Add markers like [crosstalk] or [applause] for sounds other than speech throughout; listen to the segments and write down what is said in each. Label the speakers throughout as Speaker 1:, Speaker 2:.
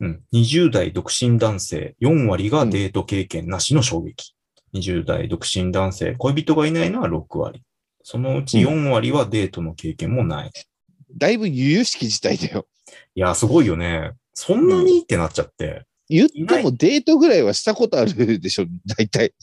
Speaker 1: うん。20代独身男性、4割がデート経験なしの衝撃。20代独身男性、恋人がいないのは6割。そのうち4割はデートの経験もない。
Speaker 2: だいぶ由々しき事態だよ。
Speaker 1: いやー、すごいよね。そんなにってなっちゃって。
Speaker 2: 言ってもデートぐらいはしたことあるでしょ、大体。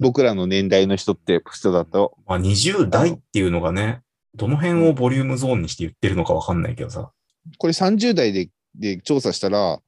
Speaker 2: 僕らの年代の人って、人だと。
Speaker 1: まあ、20代っていうのがね、どの辺をボリュームゾーンにして言ってるのかわかんないけどさ。 [laughs]
Speaker 2: これ30代でで調査したら、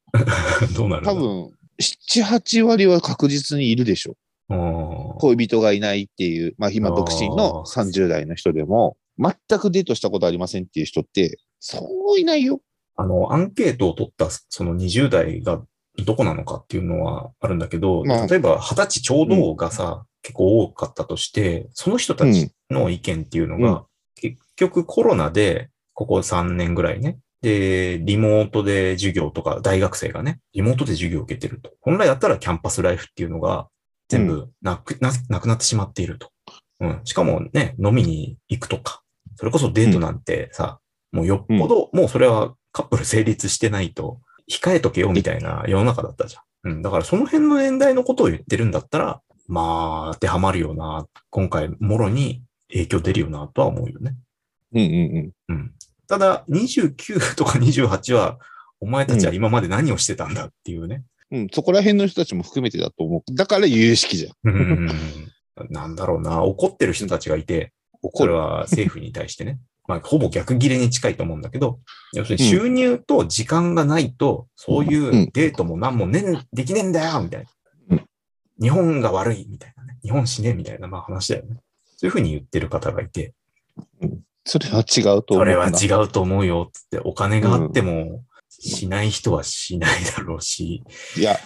Speaker 1: どうなる
Speaker 2: 多
Speaker 1: の
Speaker 2: 分、7、8割は確実にいるでしょ。
Speaker 1: うん
Speaker 2: 恋人がいないっていう、まあ今
Speaker 1: あー
Speaker 2: 独身の30代の人でも、全くデートしたことありませんっていう人って、そういないよ。
Speaker 1: あの、アンケートを取ったその20代がどこなのかっていうのはあるんだけど、
Speaker 2: まあ
Speaker 1: 例えば20歳ちょうどがさ、結構多かったとして、その人たちの意見っていうのが、
Speaker 2: うん
Speaker 1: 結局コロナで、ここ3年ぐらいね、で、リモートで授業とか、大学生がね、リモートで授業を受けてると。本来だったらキャンパスライフっていうのが全部なく、ななくなってしまっていると。うん。しかもね、飲みに行くとか、それこそデートなんてさ、もうよっぽど、もうそれはカップル成立してないと、控えとけよみたいな世の中だったじゃん。うん。だからその辺の年代のことを言ってるんだったら、まあ、当てはまるよな。今回、もろに影響出るよな、とは思うよね。
Speaker 2: うんうんうん。
Speaker 1: うん。ただ、29とか28は、お前たちは今まで何をしてたんだっていうね。
Speaker 2: うん、そこら辺の人たちも含めてだと思う。だから由々しきじゃ
Speaker 1: う
Speaker 2: ん。
Speaker 1: ん。なんだろうな。怒ってる人たちがいて、こ
Speaker 2: 怒
Speaker 1: れ
Speaker 2: る。
Speaker 1: は政府に対してね。まあ、ほぼ逆切れに近いと思うんだけど、要するに収入と時間がないと、そういうデートも何もねん、できねえんだよみたいな。日本が悪いみたいなね。日本死ねみたいな、まあ話だよね。そういうふうに言ってる方がいて、
Speaker 2: それは違うと思うな。
Speaker 1: それは違うと思うよっつって、お金があっても、しない人はしないだろうし、
Speaker 2: いや、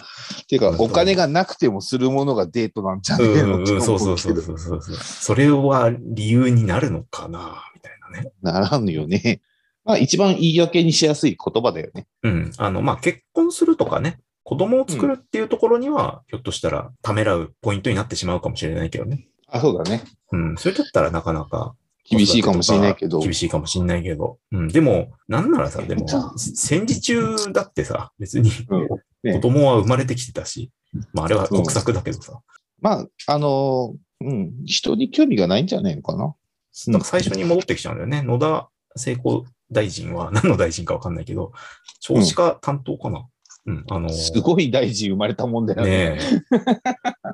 Speaker 2: ていうか
Speaker 1: う、ん
Speaker 2: お金がなくてもするものがデートなんじゃね
Speaker 1: うん
Speaker 2: え
Speaker 1: う
Speaker 2: の
Speaker 1: ん
Speaker 2: って
Speaker 1: う
Speaker 2: 思
Speaker 1: ん、そうそうそう
Speaker 2: け
Speaker 1: そう
Speaker 2: ど
Speaker 1: そうそう。それは理由になるのかな、みたいなね。
Speaker 2: ならんよね。まあ一番言い訳にしやすい言葉だよね。
Speaker 1: うん。あの、まあ、結婚するとかね、子供を作るっていうところには、ひょっとしたらためらうポイントになってしまうかもしれないけどね。
Speaker 2: あ、そうだね。
Speaker 1: うん。それだったらなかなか。
Speaker 2: 厳しいかもしれないけど。
Speaker 1: 厳しいかもしれないけど。うん。でも、なんならさ、でも、戦時中だってさ、別に
Speaker 2: うんね
Speaker 1: 子供は生まれてきてたし、まあ、あれは国策だけどさ。
Speaker 2: まあ、あのーうん、人に興味がないんじゃないのかな。うん
Speaker 1: なんか最初に戻ってきちゃうんだよね。野田聖子大臣は、何の大臣かわかんないけど、少子化担当かな。うん、あのー
Speaker 2: すごい大臣生まれたもんだよね。
Speaker 1: ね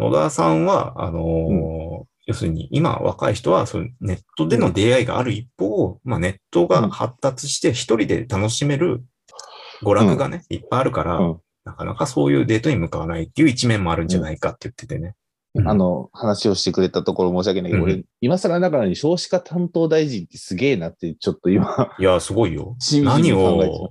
Speaker 1: え [laughs] 野田さんは、あのー要するに今若い人はそういうネットでの出会いがある一方、まあ、ネットが発達して一人で楽しめる娯楽がね、いっぱいあるから、
Speaker 2: うん
Speaker 1: なかなかそういうデートに向かわないっていう一面もあるんじゃないかって言っててね。うん
Speaker 2: あの、話をしてくれたところ申し訳ないけど、
Speaker 1: うん
Speaker 2: 俺、今更ながらに少子化担当大臣ってすげえなって、ちょっと今、
Speaker 1: いや、すごいよ。
Speaker 2: しみじみ
Speaker 1: 何
Speaker 2: 考えて
Speaker 1: を、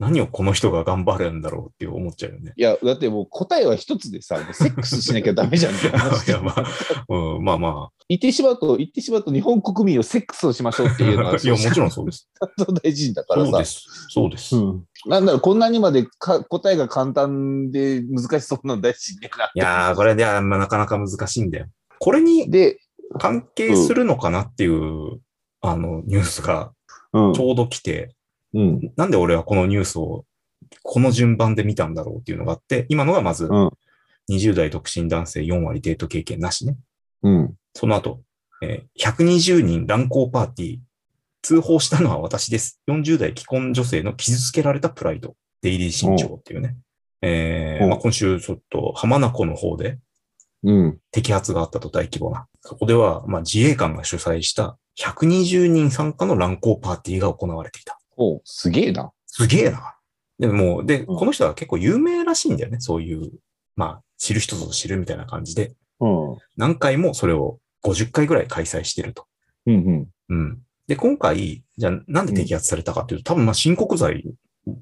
Speaker 1: 何をこの人が頑張るんだろうって思っちゃうよ
Speaker 2: [laughs]
Speaker 1: ね。
Speaker 2: いや、だってもう答えは一つでさ、もうセックスしなきゃダメじゃんって話
Speaker 1: いや、まあ、 [laughs] うん、まあま
Speaker 2: 言ってしまうと、言ってしまうと日本国民をセックスをしましょうっ
Speaker 1: あ。[laughs]
Speaker 2: て
Speaker 1: い
Speaker 2: いう
Speaker 1: や、
Speaker 2: の
Speaker 1: も
Speaker 2: は
Speaker 1: ちろんそうです。
Speaker 2: 担当大臣 [laughs] だか
Speaker 1: そうで
Speaker 2: らさ。
Speaker 1: す。そうです。
Speaker 2: う
Speaker 1: い
Speaker 2: ん、なんだろう、こんなにまでか答えが簡単で難しそうな大臣だなって。
Speaker 1: やー、これでは、まあ、なかなか難しいんだよ。これに
Speaker 2: で、
Speaker 1: 関係するのかなっていう、あの、ニュースが
Speaker 2: うん
Speaker 1: ちょうど来て、
Speaker 2: うん、
Speaker 1: なんで俺はこのニュースを、この順番で見たんだろうっていうのがあって、今のがまず
Speaker 2: うん、
Speaker 1: 20代独身男性4割デート経験なしね。
Speaker 2: うん。
Speaker 1: その後、えー120人乱行パーティー。通報したのは私です。40代既婚女性の傷つけられたプライド。デイリー新潮っていうね。えー
Speaker 2: うん
Speaker 1: まあ、今週ちょっと浜名湖の方で
Speaker 2: うん。
Speaker 1: 摘発があったと大規模な。そこでは、まあ、自衛官が主催した120人参加の乱行パーティーが行われていた。
Speaker 2: おうすげえな。
Speaker 1: すげえな。でもう、で、
Speaker 2: うん
Speaker 1: この人は結構有名らしいんだよね。そういう、まあ、知る人ぞ知るみたいな感じで、
Speaker 2: うん。
Speaker 1: 何回もそれを50回ぐらい開催してると。
Speaker 2: うんうん。
Speaker 1: うん。で、今回、じゃあなんで摘発されたかっていうと、多分まあ申告罪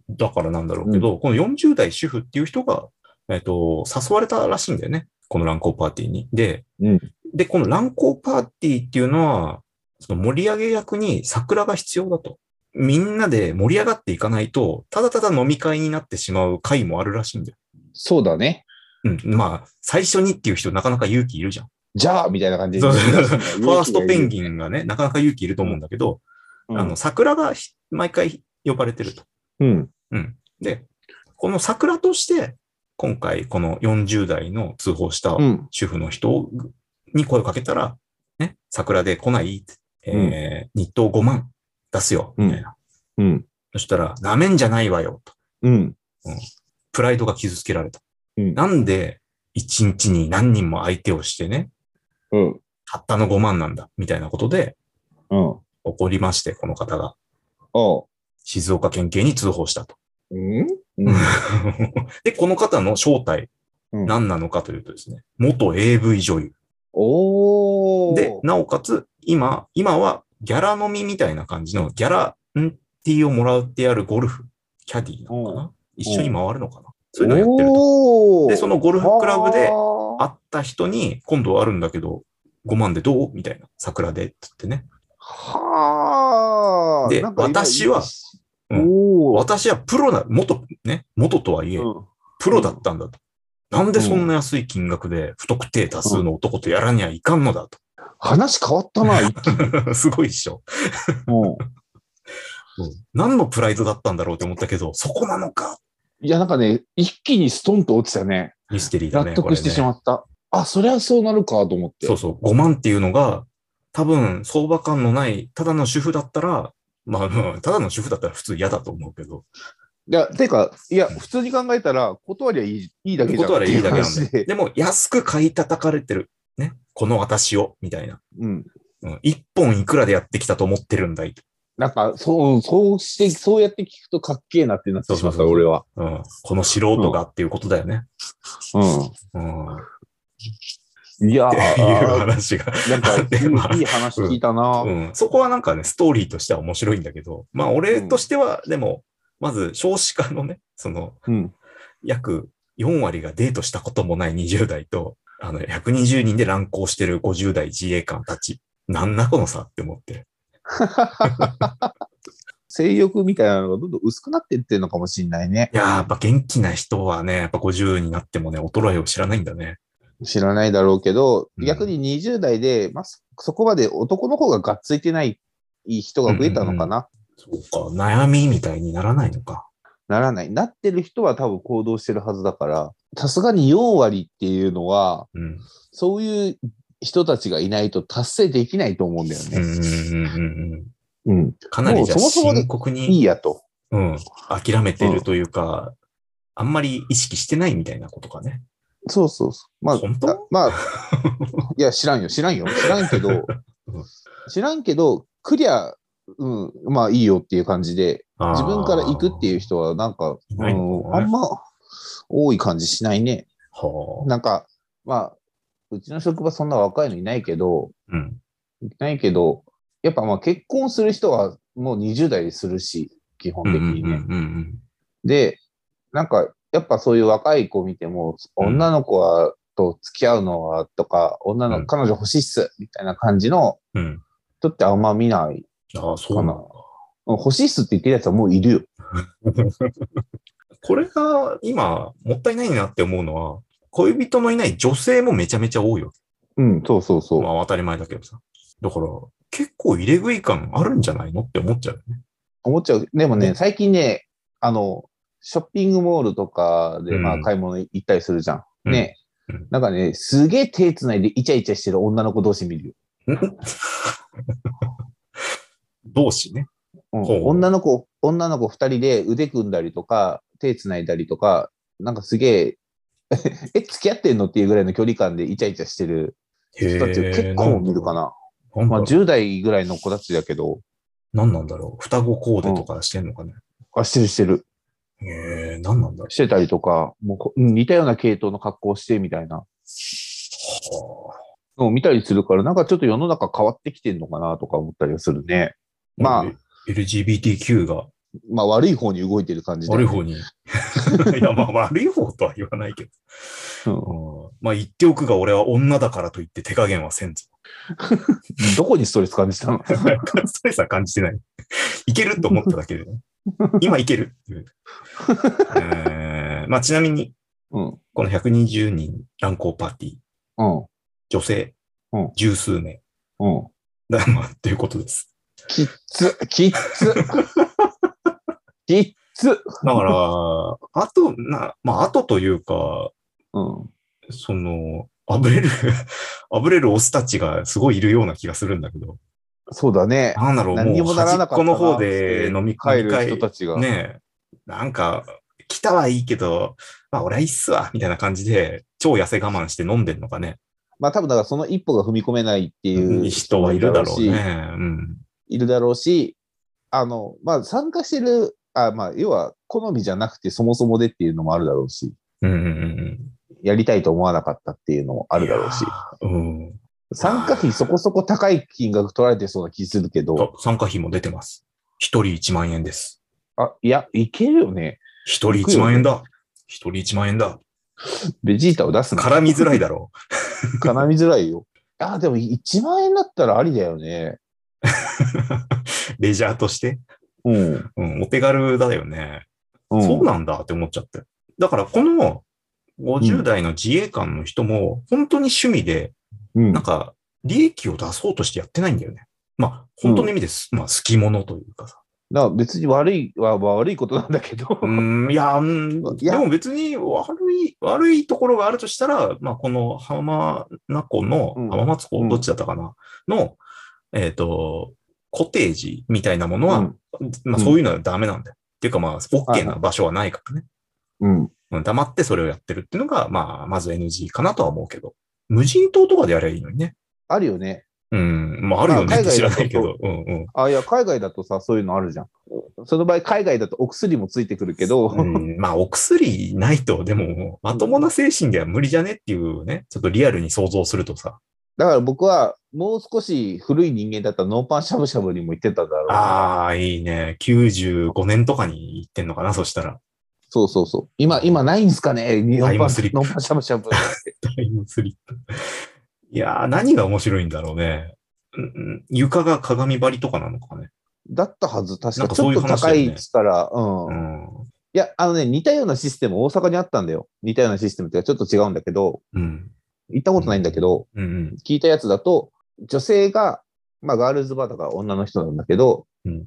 Speaker 1: だからなんだろうけど、この40代主婦っていう人が、えっ、と、誘われたらしいんだよね。この乱行パーティーに。で、
Speaker 2: うん
Speaker 1: で、この乱行パーティーっていうのは、その盛り上げ役に桜が必要だと。みんなで盛り上がっていかないと、ただただ飲み会になってしまう会もあるらしいんだよ。
Speaker 2: そうだね。
Speaker 1: うん。まあ、最初にっていう人なかなか勇気いるじゃん。
Speaker 2: じゃあみたいな感じで。
Speaker 1: そうそうそうファーストペン
Speaker 2: ン。
Speaker 1: ギンがね、なかなか勇気いると思うんだけど、
Speaker 2: うん
Speaker 1: あの、桜がひ毎回呼ばれてると。
Speaker 2: うん。
Speaker 1: で、この桜として、今回この40代の通報した
Speaker 2: うん。
Speaker 1: 主婦の人に声をかけたら、ね、桜で来ないって、えー日当5万出すよ、みたいな。
Speaker 2: うん。
Speaker 1: そしたら、なめんじゃないわよ、と。
Speaker 2: うん。
Speaker 1: プライドが傷つけられた。
Speaker 2: うん
Speaker 1: なんで、一日に何人も相手をしてね、
Speaker 2: うん。
Speaker 1: たったの5万なんだ、みたいなことで
Speaker 2: うん。
Speaker 1: 怒りまして、この方が
Speaker 2: おう。
Speaker 1: 静岡県警に通報したと。
Speaker 2: うんうん。
Speaker 1: [laughs] で、この方の正体、
Speaker 2: うん
Speaker 1: 何なのかというとですね、元 AV 女優。
Speaker 2: おー。
Speaker 1: で、なおかつ、今、今はギャラ飲みみたいな感じのギャランティーをもらってやるゴルフ、キャディーなのかな一緒に回るのかなそういうのをやってると。
Speaker 2: おー
Speaker 1: で、そのゴルフクラブで
Speaker 2: あー
Speaker 1: 会った人に、今度あるんだけど、5万でどうみたいな。桜で、つってね。
Speaker 2: はあ。
Speaker 1: で
Speaker 2: なんか今
Speaker 1: 私は、う
Speaker 2: お
Speaker 1: ん
Speaker 2: おー。
Speaker 1: 私はプロだ、元、ね、元とはいえ、
Speaker 2: うん
Speaker 1: プロだったんだと。なんでそんな安い金額で不特定多数の男とや [laughs] らにはいかんのだ
Speaker 2: 話変わったな、
Speaker 1: [laughs]
Speaker 2: 一気に。
Speaker 1: と。すごいっしょ。
Speaker 2: うん
Speaker 1: 何のプライドだったんだろうって思ったけど、そこなのか
Speaker 2: いや、なんかね、一気にストンと落ちたね。
Speaker 1: ミステリーだね。
Speaker 2: 納得してしま
Speaker 1: っ
Speaker 2: った。あ、そりゃそうなるかと思って。
Speaker 1: そうそう。5万っていうのが、多分、相場感のない、ただの主婦だったら、まあまあ、ただの主婦だったら普通嫌だと思うけど、
Speaker 2: いや、てか、いや、普通に考えたら、断りはいいいいだけじゃん。
Speaker 1: 断りはいいだけなんだ
Speaker 2: っ
Speaker 1: よ
Speaker 2: ていう話で
Speaker 1: でも、安く買い叩かれてる。ね。この私を、みたいな。
Speaker 2: うん。
Speaker 1: うん、一本いくらでやってきたと思ってるんだいと。
Speaker 2: なんか、そう、そうして、そうやって聞くとかっけえなってなってしまっ
Speaker 1: そ
Speaker 2: た、
Speaker 1: うそうそう
Speaker 2: 俺は。
Speaker 1: うん、この素人がっていうことだよね。
Speaker 2: う
Speaker 1: うん。っ
Speaker 2: ん。いや
Speaker 1: ていう
Speaker 2: ー、
Speaker 1: 話が。
Speaker 2: なんか、
Speaker 1: でまあ
Speaker 2: いいいい話聞いたな。
Speaker 1: うん。そこはなんかね、ストーリーとしては面白いんだけど、まあ、俺としては、でも、まず少子化のね、その、
Speaker 2: うん。
Speaker 1: 約4割がデートしたこともない20代と、あの、120人で乱行してる50代自衛官たち。なんだこの差って思って。
Speaker 2: 性欲みたいなのがどんどん薄くなってってるのかもしれないね。
Speaker 1: いやー、やっぱ元気な人はね、やっぱ50になってもね、衰えを知らないんだね。
Speaker 2: 知らないだろうけど、
Speaker 1: うん
Speaker 2: 逆に20代で、まあ、そそこまで男の方ががっついてない人が増えたのかな。
Speaker 1: そうか、悩みみたいにならないのか。
Speaker 2: ならない。なってる人は多分行動してるはずだから、さすがに4割っていうのは、
Speaker 1: うん。
Speaker 2: そういう人たちがいないと達成できないと思うんだよ
Speaker 1: うんうん
Speaker 2: ね。
Speaker 1: うんうんうん。
Speaker 2: うん。
Speaker 1: かなりじゃあ
Speaker 2: もうそもそもね
Speaker 1: 深刻
Speaker 2: いい
Speaker 1: に、
Speaker 2: やと。
Speaker 1: うん、諦めてるというか、あんまり意識してないみたいなことかね。
Speaker 2: そうそうそう。まあ、
Speaker 1: 本当
Speaker 2: あま
Speaker 1: [laughs]
Speaker 2: あ、いや、知らんよ、知らんよ。知らんけど
Speaker 1: うん、
Speaker 2: 知らんけど、クリア、うん、まあいいよっていう感じで、自分から行くって
Speaker 1: う。
Speaker 2: いう人は、なんか、
Speaker 1: いないの
Speaker 2: う
Speaker 1: か
Speaker 2: ん、
Speaker 1: ね
Speaker 2: あんま多い感じしないね。
Speaker 1: はあ。
Speaker 2: なんか、まあ、うちの職場そんな若いのいないけど、
Speaker 1: うん。
Speaker 2: いないけど、やっぱまあ結婚する人はもう20代でするし、基本
Speaker 1: うん
Speaker 2: 的
Speaker 1: うん
Speaker 2: にね。
Speaker 1: うんうん
Speaker 2: で、なんか、やっぱそういう若い子見ても、
Speaker 1: うん
Speaker 2: 女の子は、と付き合うのはとか、女の、
Speaker 1: うん
Speaker 2: 彼女欲しいっす、みたいな感じの
Speaker 1: うん。うん。
Speaker 2: 人ってあんま見ない
Speaker 1: ああ、そうな
Speaker 2: か
Speaker 1: ん
Speaker 2: な。
Speaker 1: だ
Speaker 2: うん欲しいっすって言ってるやつはもういるよ。
Speaker 1: これが今、もったいないなって思うのは、恋人のいない女性もめちゃめちゃ多いよ。
Speaker 2: うん、そうそうそう。
Speaker 1: まあ当たり前だけどさ。だから、結構入れ食い感あるんじゃないのって思っちゃうよね。
Speaker 2: 思っちゃう。でも
Speaker 1: う
Speaker 2: ね、最近ね、あの、ショッピングモールとかで、ま
Speaker 1: う
Speaker 2: あ、
Speaker 1: ん
Speaker 2: 買い物行ったりするじゃん。ね
Speaker 1: うん。
Speaker 2: なんかね、すげえ手繋いでイチャイチャしてる女の子同士見るよ。
Speaker 1: 同志ね。
Speaker 2: うん
Speaker 1: ほう
Speaker 2: 女の子、女の子二人で腕組んだりとか、手繋いだりとか、なんかすげえ、 [laughs] え、付き合ってんのっていうぐらいの距離感でイチャイチャしてる人たちを結構見るかな。
Speaker 1: なん
Speaker 2: ま
Speaker 1: だ
Speaker 2: あ、
Speaker 1: ろう
Speaker 2: 10代ぐらいの子たちだけど、
Speaker 1: 何なんだろう双子コーデとかしてんのかね、
Speaker 2: あ、してるしてる。
Speaker 1: ええ何なんだろ
Speaker 2: してたりとか、もうこうん似たような系統の格好をしてみたいな。
Speaker 1: うはあ
Speaker 2: のを見たりするから、なんかちょっと世の中変わってきてんのかなとか思ったりはするね。まあ、
Speaker 1: LGBTQ が
Speaker 2: まあ悪い方に動いてる感じで。
Speaker 1: 悪い方 [laughs] に。いや、まあ悪い方とは言わないけど。
Speaker 2: うん
Speaker 1: うんまあ言っておくが俺は女だからといって手加減はせんぞ。 [laughs]
Speaker 2: どこにストレス感じたの
Speaker 1: ストレスは感じてない。 [laughs] いけると思っただけ [laughs] でね。今いけるっていう。えーまあちなみに、
Speaker 2: うん。
Speaker 1: この120人乱行パーティー、
Speaker 2: うん。
Speaker 1: 女性
Speaker 2: うん、
Speaker 1: 十数名。
Speaker 2: うん。
Speaker 1: だまあ、ということです。
Speaker 2: きっつ、きっつ。きっつっ
Speaker 1: だから、あと、な、まあ、あとというか、
Speaker 2: うん。
Speaker 1: その、あぶれる、あぶれるオスたちがすごいいるような気がするんだけど、
Speaker 2: そうだね。
Speaker 1: なんだろう、
Speaker 2: 何に
Speaker 1: も
Speaker 2: も
Speaker 1: う
Speaker 2: なら
Speaker 1: 端
Speaker 2: な
Speaker 1: っ
Speaker 2: かっ
Speaker 1: こ
Speaker 2: たな
Speaker 1: の方で飲み
Speaker 2: 帰
Speaker 1: 会
Speaker 2: る人たちが。
Speaker 1: ねえ、なんか、来たはいいけど、まあ、俺はいいっすわ、みたいな感じで、超痩せ我慢して飲んでんのかね。
Speaker 2: まあ多分だからその一歩が踏み込めないっていう
Speaker 1: 人はいるだろうね。
Speaker 2: し
Speaker 1: うん。
Speaker 2: いるだろうし、あの、まあ参加してる、あまあ要は好みじゃなくてそもそもでっていうのもあるだろうし、
Speaker 1: うんうんうん
Speaker 2: やりたいと思わなかったっていうのもあ
Speaker 1: あ
Speaker 2: るだろうし、。
Speaker 1: うん。
Speaker 2: 参加費そこそこ高い金額取られてそうな気するけど、
Speaker 1: と参加費も出てます。一人1万円です。
Speaker 2: あ、いや、いけるよね。
Speaker 1: 一人1万円だ。一人1万円だ。
Speaker 2: ベジータを出すの。
Speaker 1: 絡みづらいだろ
Speaker 2: 絡みづらいよ。あ、でも1万円だったらありだよね。
Speaker 1: う。 [laughs] レジャーとして。
Speaker 2: うん。
Speaker 1: うん、お手軽だよね。
Speaker 2: うん、
Speaker 1: そうなんだって思っちゃって。だから、この50代の自衛官の人も、本当に趣味で、
Speaker 2: うん
Speaker 1: なんか、利益を出そうとしてやってないんだよね。まあ、本当の意味です。まあ、好き者というかさ。
Speaker 2: だから別に悪いは、まあ悪いことなんだけど、
Speaker 1: うーん、いや、うん
Speaker 2: い
Speaker 1: で
Speaker 2: や
Speaker 1: も別に悪い、悪いところがあるとしたら、まあ、この浜名湖の、
Speaker 2: うん
Speaker 1: 浜松
Speaker 2: う
Speaker 1: 湖、
Speaker 2: ん
Speaker 1: どっちだったかな、の、えっ、と、コテージみたいなものは、
Speaker 2: うん
Speaker 1: まあ、そういうのはダメなんだよ。っていうか、まあ、OK な場所はないからね。
Speaker 2: うん。
Speaker 1: うん黙ってそれをやってるっていうのが、まあ、まず NG かなとは思うけど。無人島とかでやればいいのにね。
Speaker 2: あるよね。
Speaker 1: うん。まあ、あるよ
Speaker 2: ま
Speaker 1: ね
Speaker 2: あ
Speaker 1: って
Speaker 2: 海外
Speaker 1: 知ら
Speaker 2: だと
Speaker 1: ないけど。うんうん。
Speaker 2: あ、いや、海外だとさ、そういうのあるじゃん。その場合、海外だとお薬もついてくるけど、
Speaker 1: うん、まあ、お薬ないと、でも、まともな精神では無理じゃねっていうね、ちょっとリアルに想像するとさ、
Speaker 2: だから僕は、もう少し古い人間だったら、ノーパンしゃぶしゃぶにも行ってただろうな。
Speaker 1: ああ、いいね、95年とかに行ってんのかな、そしたら。
Speaker 2: そうそうそう。今、今ないんすかねノ
Speaker 1: タイ
Speaker 2: ーパ
Speaker 1: ムスリッ
Speaker 2: ン、
Speaker 1: プ
Speaker 2: ノーパンしゃぶし
Speaker 1: [laughs]
Speaker 2: ゃぶ。
Speaker 1: タイムスリップ。いやー、何が面白いんだろうね。うんうん床が鏡張りとかなのかね。
Speaker 2: だったはず、確
Speaker 1: な
Speaker 2: か。
Speaker 1: んか
Speaker 2: ち
Speaker 1: そ
Speaker 2: ょ
Speaker 1: う
Speaker 2: っ
Speaker 1: いう
Speaker 2: と
Speaker 1: 話だ
Speaker 2: 高
Speaker 1: よね
Speaker 2: い位置から、うん。
Speaker 1: う
Speaker 2: い
Speaker 1: ん。
Speaker 2: や、あのね、似たようなシステム、大阪にあったんだよ。似たようなシステムっていうか、ちょっと違うんだけど、
Speaker 1: うん。
Speaker 2: 行ったことないんだけど、
Speaker 1: うんうん。
Speaker 2: 聞いたやつだと、女性が、まあ、ガールズバーだから女の人なんだけど、
Speaker 1: うん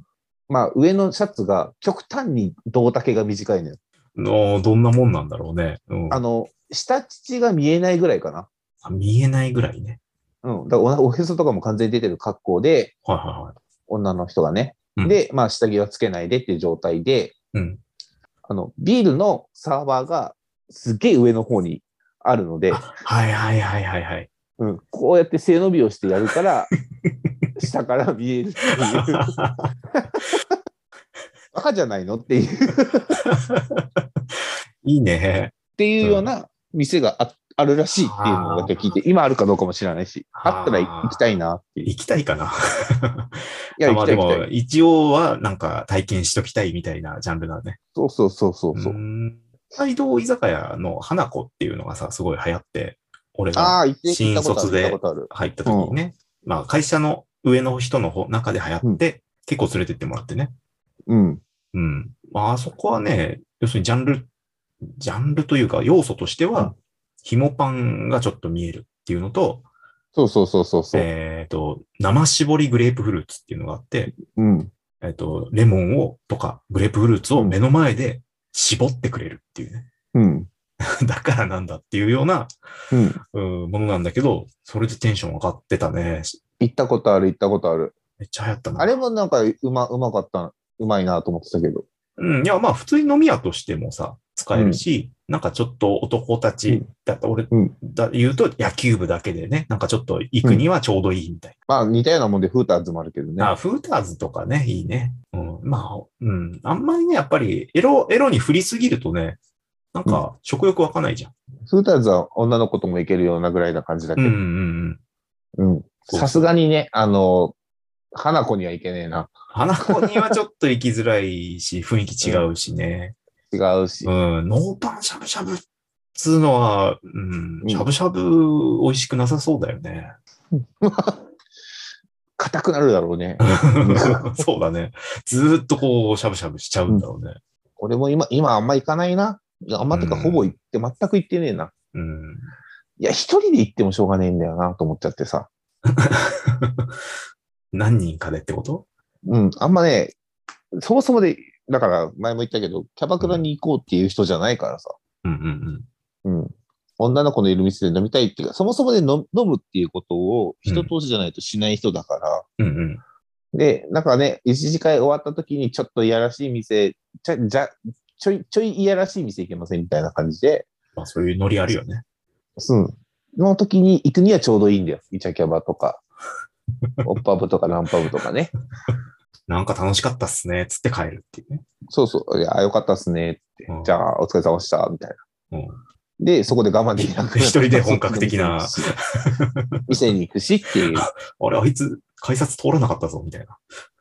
Speaker 2: まあ、上のシャツが極端に胴丈が短いのよ。
Speaker 1: のどんなもんなんだろうね。うん、
Speaker 2: あの、下乳が見えないぐらいかな。
Speaker 1: あ見えないぐらいね。
Speaker 2: うん。だからおなおへそとかも完全に出てる格好で、
Speaker 1: はいはいはい。
Speaker 2: 女の人がね。
Speaker 1: うん
Speaker 2: で、まあ、下着はつけないでっていう状態で、
Speaker 1: うん
Speaker 2: あの、ビールのサーバーがすげえ上の方にあるので、
Speaker 1: はいはいはいはいはい。
Speaker 2: うん、こうやって背伸びをしてやる
Speaker 1: [laughs]
Speaker 2: から、下から見えるっていう。バカじゃないのっていう、っ
Speaker 1: いい [laughs] ね。
Speaker 2: ていうような店がああるらしいっていうのだけ聞いて、今あるかどうかも知らないし、
Speaker 1: はあ
Speaker 2: あったら行きたいなっていう。い
Speaker 1: 行きたいかな。
Speaker 2: や、
Speaker 1: ま
Speaker 2: 行
Speaker 1: あで
Speaker 2: きたい行きた
Speaker 1: も、
Speaker 2: い。
Speaker 1: 一応はなんか体験しときたいみたいなジャンルだね。
Speaker 2: そうそうそうそうそうう。
Speaker 1: ん北海道居酒屋の花子っていうのがさ、すごい流行って、俺
Speaker 2: あ
Speaker 1: が
Speaker 2: あ、行って行ったことあ
Speaker 1: 新卒
Speaker 2: る。
Speaker 1: で
Speaker 2: 行ったことある。
Speaker 1: 入った時にね、まあ会社の上の人の方中で流行って、結構連れてってもらってね。
Speaker 2: うん。
Speaker 1: うん。まああそこはね、要するにジャンル、ジャンルというか要素として
Speaker 2: うん
Speaker 1: は、紐パンがちょっと見えるっていうのと、
Speaker 2: そうそうそうそうそう。
Speaker 1: えっ、と、生搾りグレープフルーツっていうのがあって、
Speaker 2: うん。
Speaker 1: えっと、レモンをとか、グレープフルーツを目の前で絞ってくれるっていうね。 [laughs]
Speaker 2: うん。
Speaker 1: だからなんだっていうような
Speaker 2: うん。
Speaker 1: うんものなんだけど、それでテンション上がってたね。
Speaker 2: 行ったことある、行ったことある。
Speaker 1: めっちゃ流行ったな。
Speaker 2: あれもなんかうま、うまかった、うまいなと思ってたけど。
Speaker 1: うん、いや、まあ普通に飲み屋としてもさ、使えるし、なんかちょっと男たち、
Speaker 2: うん
Speaker 1: だって俺
Speaker 2: うん
Speaker 1: だ言うと野球部だけでね、なんかちょっと行くにはちょうどいいみたい
Speaker 2: まあ似たようなもんでフーターズもあるけどね。
Speaker 1: な。あフーターズとかね、いいね。うん、まあ、うん、あんまりね、やっぱりエロ、エロに振りすぎるとね、なんか食欲湧かないじゃん。
Speaker 2: フーターズは女の子ともいけるようなぐらいな感じだ
Speaker 1: う
Speaker 2: け
Speaker 1: ん、う
Speaker 2: ど
Speaker 1: ん、。うん。
Speaker 2: うん。
Speaker 1: そう
Speaker 2: さすがにね、あの、花子にはいけねえな。
Speaker 1: 花子にはちょっと行きづらいし、雰囲気違うしね。
Speaker 2: 違うし
Speaker 1: う。ん、ノーパンしゃぶしゃぶっつうのは、うん
Speaker 2: う、ん
Speaker 1: しゃぶしゃぶ美味しくなさそうだよね。
Speaker 2: 硬くなるだろうね。
Speaker 1: [laughs] そうだね。ずーっとこう、しゃぶしゃぶしちゃうんだろうね。
Speaker 2: 俺も今、今あんま行かないな。いやあんまってか、
Speaker 1: うん
Speaker 2: ほぼ行って、全く行ってねえな。
Speaker 1: うん。
Speaker 2: いや、一人で行ってもしょうがねえんだよなと思っちゃってさ。
Speaker 1: 何人かでってこと
Speaker 2: うん。あんまね、そもそもでだから前も言ったけど、キャバクラに行こうっていう人じゃないからさ。
Speaker 1: うんうん
Speaker 2: うん。女の子のいる店で飲みたいっていうか、そもそもで飲飲むっていうことを人通しじゃないとしない人だから。
Speaker 1: うん。うんうん。
Speaker 2: で、なんかね、一次会終わった時にちょっといやらしい店、ちょ、じゃ、ちょい、ちょいいやらしい店行けませんみたいな感じで、
Speaker 1: まあそういうノリあるよね。
Speaker 2: うん。の時に行くにはちょうどいいんだよ。イチャキャバと
Speaker 1: [laughs]
Speaker 2: か、オッパブとかナンパブとかね。
Speaker 1: なんか楽しかったっすね、つって帰るっていうね。
Speaker 2: そうそう。いや、よかったっすねって
Speaker 1: うん。
Speaker 2: じゃあ、お疲れ様でした、みたいな。
Speaker 1: うん
Speaker 2: で、そこで我慢できなくなった
Speaker 1: 一人で本格的な
Speaker 2: そっちの店に行くし店に行くしっていう。
Speaker 1: あれ、あいつ、改札通らなかったぞ、みたいな。